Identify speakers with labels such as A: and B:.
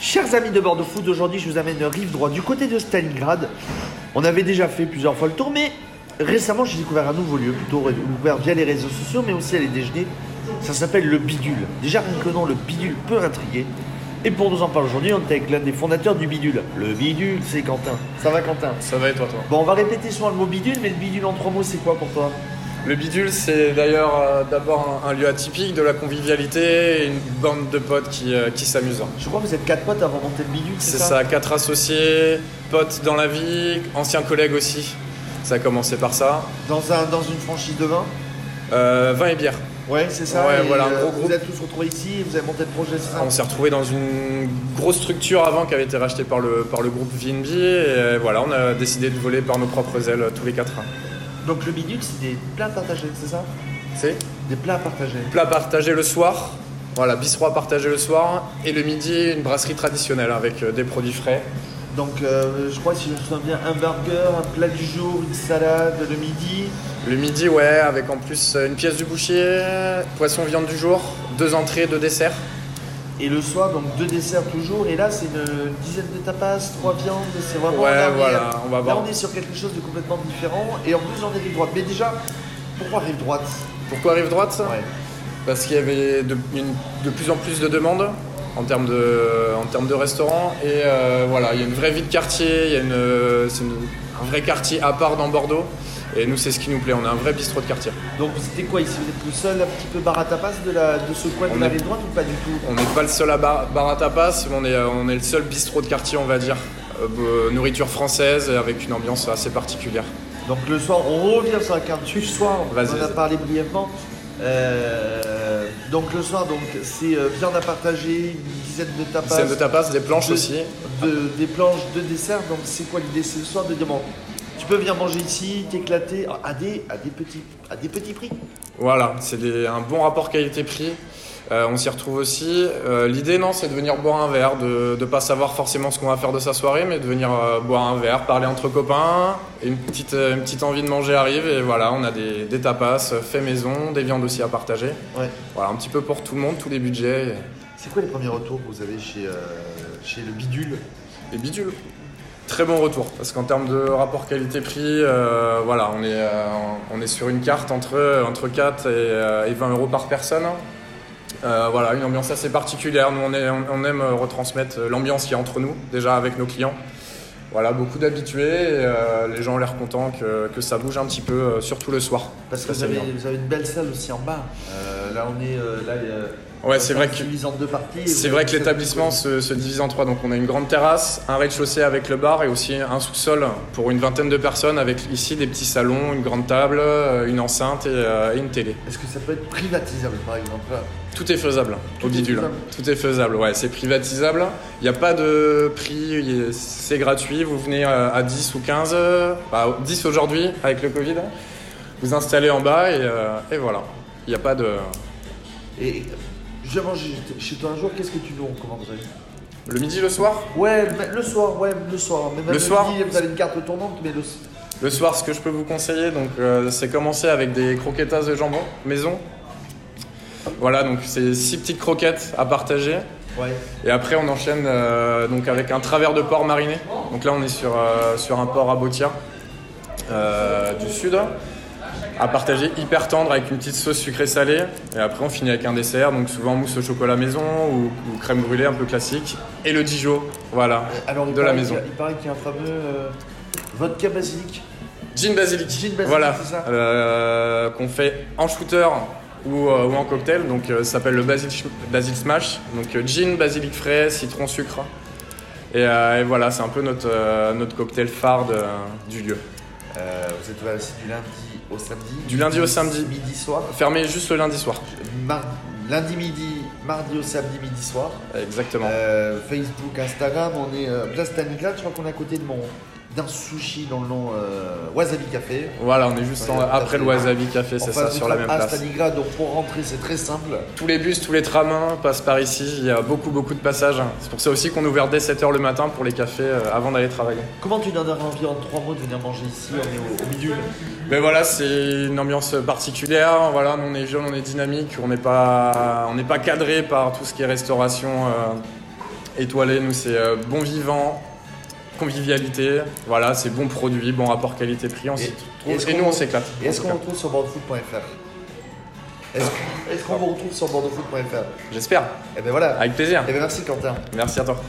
A: Chers amis de Bordeaux Foot, aujourd'hui je vous amène rive droit du côté de Stalingrad. On avait déjà fait plusieurs fois le tour, mais récemment j'ai découvert un nouveau lieu, plutôt ouvert via les réseaux sociaux, mais aussi à les déjeuner. Ça s'appelle le Bidule. Déjà rien que le nom, le Bidule peut intriguer. Et pour nous en parler aujourd'hui, on est avec l'un des fondateurs du Bidule. Le Bidule, c'est Quentin. Ça va Quentin
B: Ça va et toi, toi
A: Bon, on va répéter souvent le mot Bidule, mais le Bidule en trois mots, c'est quoi pour toi
B: Le bidule, c'est d'ailleurs euh, d'abord un, un lieu atypique, de la convivialité, et une bande de potes qui, euh, qui s'amusent.
A: Je crois que vous êtes quatre potes avant monter le Bidule,
B: C'est ça, quatre associés, potes dans la vie, anciens collègues aussi. Ça a commencé par ça.
A: Dans, un, dans une franchise de vin
B: Euh, vin et bière.
A: Ouais, c'est ça.
B: Ouais,
A: et,
B: voilà, un
A: euh,
B: gros
A: Vous
B: groupe.
A: êtes tous retrouvés ici, et vous avez monté le projet, c'est ça
B: On s'est retrouvé dans une grosse structure avant qui avait été rachetée par le, par le groupe VNB. Et euh, voilà, on a décidé de voler par nos propres ailes euh, tous les quatre.
A: Donc le bidule, c'est des plats partagés, c'est ça
B: C'est
A: Des plats partagés.
B: plat partagé le soir. Voilà, bistroit partagé le soir. Et le midi, une brasserie traditionnelle avec euh, des produits frais.
A: Donc euh, je crois, si je me souviens bien, un burger, un plat du jour, une salade le midi.
B: Le midi, ouais, avec en plus euh, une pièce du boucher, poisson viande du jour, deux entrées, deux desserts.
A: Et le soir, donc deux desserts toujours. Et là, c'est une dizaine de tapas, trois viandes. C'est vraiment.
B: Ouais,
A: là, on est-
B: voilà, on va
A: Là,
B: voir.
A: on est sur quelque chose de complètement différent. Et en plus, on est rive droite. Mais déjà, pourquoi rive droite
B: Pourquoi rive droite
A: Ouais.
B: Parce qu'il y avait de, une- de plus en plus de demandes en termes de, en termes de restaurants. Et euh, voilà, il y a une vraie vie de quartier, il y a une, euh, c'est une- un vrai quartier à part dans Bordeaux. Et nous, c'est ce qui nous plaît, on a un vrai bistrot de quartier.
A: Donc c'était quoi ici Vous êtes le seul un petit peu bar à tapas de, la, de ce coin de
B: On
A: la
B: est-
A: rive droite ou pas du tout
B: On n'est pas le seul à bar, bar à tapas, mais on est, euh, on est le seul bistrot de quartier, on va dire. Euh, euh, nourriture française euh, avec une ambiance assez particulière.
A: Donc le soir, on revient sur la carte du soir. On
B: Vas-y,
A: en a
B: vas-y.
A: parlé brièvement. Euh, donc le soir, donc c'est euh, viande à partager, une dizaine de tapas,
B: Scène de tapas, des planches
A: Deux-
B: aussi.
A: de- des planches, deux desserts. Donc c'est quoi l'idée C'est le soir de dire bon, tu peux venir manger ici, t'éclater ah, à des, à des petits, à des petits prix.
B: Voilà, c'est des- un bon rapport qualité-prix. Euh, on s'y retrouve aussi. Euh, L'idée, non, c'est de venir boire un verre, de ne pas savoir forcément ce qu'on va faire de sa soirée, mais de venir euh, boire un verre, parler entre copains. Et une petite, euh, une petite envie de manger arrive. Et voilà, on a des, des tapas euh, faits maison, des viandes aussi à partager.
A: Ouais.
B: Voilà, un petit peu pour tout le monde, tous les budgets.
A: C'est quoi les premiers retours que vous avez chez, euh, chez le bidule
B: Et bidule. Très bon retour, parce qu'en termes de rapport qualité-prix, euh, voilà, on est, euh, on est sur une carte entre, entre 4 et, euh, et 20 euros par personne. Euh, voilà, une ambiance assez particulière. Nous, on, est- on- on aime retransmettre l'ambiance qu'il y a entre nous, déjà avec nos clients. Voilà, beaucoup d'habitués, et, euh, les gens ont l'air contents que, que ça bouge un petit peu, euh, surtout le soir.
A: Parce que
B: Ça,
A: vous
B: c'est
A: avez,
B: bien.
A: vous avez une belle salle aussi en bas. Euh, là on est, euh, là. euh,
B: Ouais, c'est vrai que-
A: divisé en deux parties.
B: C'est vrai que l'établissement se, se divise en trois. Donc on a une grande terrasse, un rez-de-chaussée avec le bar et aussi un sous-sol pour une vingtaine de personnes avec ici des petits salons, une grande table, euh, une enceinte et, euh, et une télé.
A: Est-ce que ça peut être privatisable par exemple
B: Tout est faisable
A: Tout
B: au
A: est
B: bidule.
A: faisable.
B: Tout est faisable, ouais, c'est privatisable. Il n'y a pas de prix, il est- c'est gratuit. Vous venez euh, à 10 ou 15, euh, bah, 10 aujourd'hui avec le Covid. Vous installez en bas et, euh, et voilà. Il n'y a pas de.
A: Et j'ai mangé chez toi un jour, qu'est-ce que tu nous recommanderais
B: Le midi, le soir
A: Ouais, mais le soir, ouais, le soir. Mais même
B: Le soir
A: midi, vous avez une carte tournante, mais le.
B: Le soir, ce que je peux vous conseiller, donc, euh, c'est commencer avec des croquetas de jambon maison. Voilà, donc c'est six petites croquettes à partager.
A: Ouais.
B: Et après, on enchaîne euh, donc avec un travers de porc mariné. Donc là, on est sur, euh, sur un porc à Bottia euh, du sud. À partager hyper tendre avec une petite sauce sucrée salée. Et après, on finit avec un dessert, donc souvent mousse au chocolat maison ou, ou crème brûlée un peu classique. Et le Dijon, voilà,
A: Alors, il
B: de la
A: paraît
B: maison.
A: qu'il y a- Il paraît qu'il y a un fameux euh, vodka basilic.
B: Gin basilic.
A: Gin basilic,
B: Voilà.
A: c'est ça.
B: Euh, Qu'on fait en shooter ou, euh, ou en cocktail. Donc euh, ça s'appelle le basilic, basilic smash. Donc euh, gin, basilic frais, citron, sucre. Et, euh, et voilà, c'est un peu notre, euh, notre cocktail phare de- du lieu.
A: Euh, vous êtes ouvert aussi du lundi au samedi.
B: Du lundi au samedi.
A: Midi soir.
B: Fermé juste le lundi soir.
A: Mardi- lundi midi, mardi au samedi midi soir.
B: Exactement.
A: Euh, Facebook, Instagram, on est euh, place Stalingrad, je crois qu'on est à côté de mon d'un sushi dans le nom euh, Wasabi Café.
B: Voilà, on est juste en-
A: Ouais,
B: après le Wasabi Café,
A: En
B: c'est
A: face
B: ça,
A: du
B: sur la
A: tram
B: même
A: à
B: place.
A: Stalingrad, donc pour rentrer c'est très simple.
B: Tous les bus, tous les tramins passent par ici. Il y a beaucoup, beaucoup de passages. hein. C'est pour ça aussi qu'on est ouvert dès 7h le matin pour les cafés euh, avant d'aller travailler.
A: Comment tu donnerais envie en trois mots de venir manger ici On est au, au milieu.
B: Ben voilà, c'est une ambiance particulière. Voilà, nous, on est jeune, on est dynamique, on n'est pas, on n'est pas cadré par tout ce qui est restauration euh, Étoilé, nous, c'est euh, bon vivant, convivialité. Voilà, c'est bon produit, bon rapport qualité-prix. On s'y
A: est-ce
B: trouve. Et nous,
A: qu'on-
B: on s'éclate.
A: Et est-ce
B: en
A: qu'on
B: tout
A: vous
B: cas.
A: retrouve sur bordefoot.fr Est-ce est-ce qu'on vous retrouve sur bordefoot.fr
B: J'espère.
A: Et ben voilà.
B: Avec plaisir.
A: Et ben merci Quentin.
B: Merci à toi.